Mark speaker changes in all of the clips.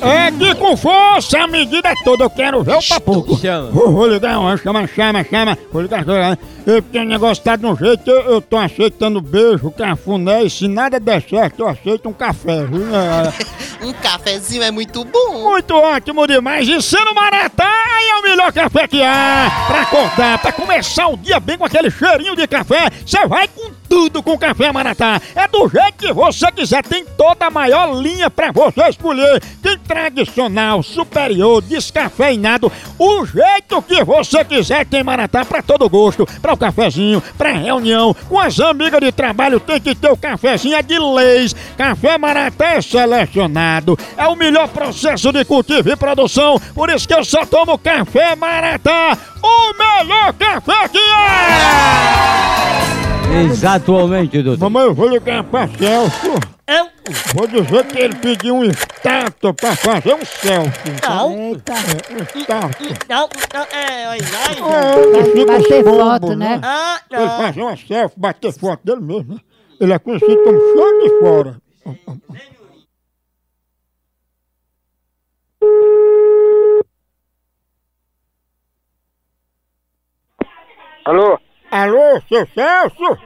Speaker 1: É que com força a medida toda eu quero ver o papo.
Speaker 2: Chama.
Speaker 1: Vou, vou ligar um, chama, chama, chama. Vou ligar agora. né? Eu, porque o negócio tá de um jeito, eu, eu tô aceitando beijo, cafuné, e se nada der certo, eu aceito um café. viu? É, é.
Speaker 3: Um cafezinho é muito bom.
Speaker 1: Muito ótimo demais. E sendo Maratá aí é o melhor café que há. Pra acordar, pra começar o dia bem com aquele cheirinho de café, você vai com tudo com café Maratá. É do jeito que você quiser, tem toda a maior linha pra você escolher. Tem tradicional, superior, descafeinado, o jeito que você quiser tem Maratá pra todo gosto. Pra o cafezinho, pra reunião, com as amigas de trabalho tem que ter o cafezinho é de leis. Café Maratá é selecionado. É o melhor processo de cultivo e produção. Por isso que eu só tomo café Maratá. O melhor café que é!
Speaker 2: Exatamente, doutor.
Speaker 1: Mamãe, eu vou ligar pra Celso.
Speaker 3: Eu?
Speaker 1: Vou dizer que ele pediu um estátua pra fazer um selfie.
Speaker 3: Não.
Speaker 4: Eita,
Speaker 1: É, um estátua.
Speaker 3: Não, não, é, olha lá.
Speaker 1: É, ele fica
Speaker 4: vai ter
Speaker 1: bobo,
Speaker 4: foto, né?
Speaker 3: Ah,
Speaker 1: Ele
Speaker 3: não.
Speaker 1: fazer uma selfie, bater foto dele mesmo. né? Ele é conhecido como chão de fora.
Speaker 5: Alô?
Speaker 1: Alô, seu Celso?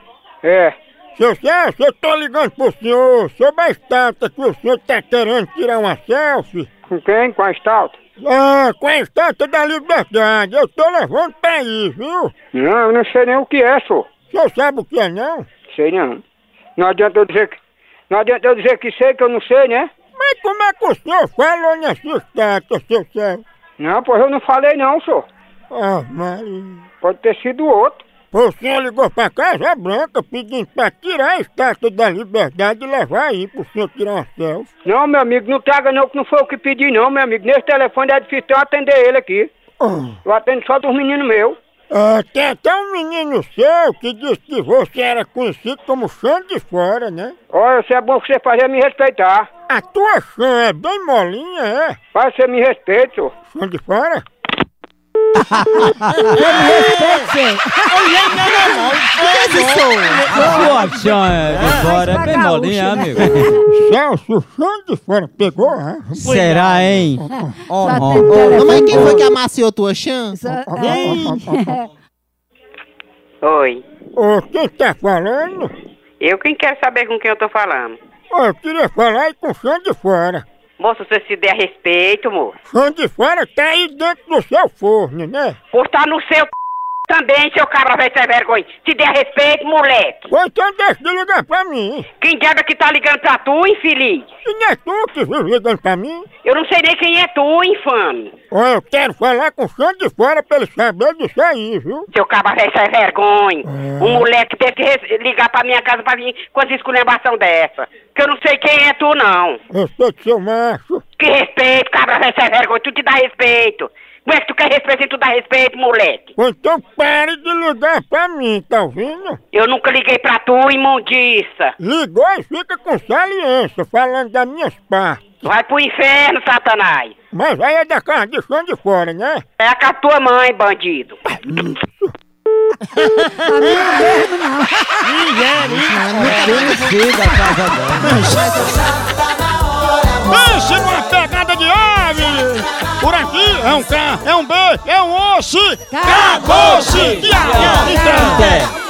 Speaker 5: É,
Speaker 1: Seu Celso, eu tô ligando pro senhor sobre a estátua que o senhor tá querendo tirar uma selfie.
Speaker 5: com quem? Com a Stout?
Speaker 1: Ah, com a estátua da liberdade, eu tô levando pra aí, viu?
Speaker 5: Não, eu não sei nem o que é, senhor.
Speaker 1: O senhor sabe o que é não?
Speaker 5: Sei não. Não adianta eu dizer que. Não adianta eu dizer que sei, que eu não sei, né?
Speaker 1: Mas como é que o senhor falou nessa estátua, seu Celso?
Speaker 5: Não, pois eu não falei não, senhor.
Speaker 1: Ah, Maria.
Speaker 5: Pode ter sido outro.
Speaker 1: Pô, O senhor ligou pra Casa Branca pedindo pra tirar a estátua da liberdade e levar aí pro senhor tirar uma selfie.
Speaker 5: Não, meu amigo, não traga não, que não foi o que pedi não, meu amigo. Nesse telefone é difícil eu atender ele aqui.
Speaker 1: Ah.
Speaker 5: Eu atendo só dos meninos meus.
Speaker 1: Ah, tem até um menino seu que disse que você era conhecido como chão de fora, né?
Speaker 5: Olha, se é bom que você fazer me respeitar.
Speaker 1: A tua chã é bem molinha, é?
Speaker 5: Faz você me respeita, senhor.
Speaker 1: Chão de fora?
Speaker 2: A sua chama de fora é bem molinha, amigo.
Speaker 1: Celso, chão de fora, pegou, ah?
Speaker 2: Será, hein?
Speaker 4: só
Speaker 2: oh,
Speaker 4: tem
Speaker 2: oh.
Speaker 4: telefone.
Speaker 3: Mamãe, quem foi é que amaciou tua chance?
Speaker 4: Só- é.
Speaker 6: Oi.
Speaker 1: Ô, quem tá falando?
Speaker 6: Eu quem quero saber com quem eu tô falando.
Speaker 1: Ô, eu queria falar aí com chão de fora.
Speaker 6: Moço, você se der respeito, moço.
Speaker 1: Chão de fora tá aí dentro do seu forno, né?
Speaker 6: Por estar no seu c... também, seu cabra velho sem vergonha. Se der respeito, moleque.
Speaker 1: Ou então deixa de ligar pra mim.
Speaker 6: Quem diabo é que tá ligando pra tu, infeliz?
Speaker 1: E não é tu que vive ligando pra mim?
Speaker 6: Eu não sei nem quem é tu, infame.
Speaker 1: Ô, eu quero falar com chão de fora pra ele saber disso aí, viu?
Speaker 6: Seu cabra velho sem vergonha. Um moleque tem que res- ligar pra minha casa pra vir com essa esculhambação dessa. Que eu não sei quem é tu, não.
Speaker 1: Eu sou do seu macho.
Speaker 6: Que respeito, cabra velho sem vergonha. Tu te dá respeito. Como é que tu quer respeito e tu dá respeito, moleque?
Speaker 1: Ou então pare de ligar pra mim, tá ouvindo?
Speaker 6: Eu nunca liguei pra tu, imundiça.
Speaker 1: Ligou e fica com saliência, falando das minhas partes.
Speaker 6: Vai pro inferno, Satanás.
Speaker 1: Mas aí é da casa de chão de fora, né?
Speaker 6: É com a tua mãe, bandido.
Speaker 1: Pense numa pegada de ave! Por aqui é um K, é um B, é um osso! Acabou-se!
Speaker 2: Até.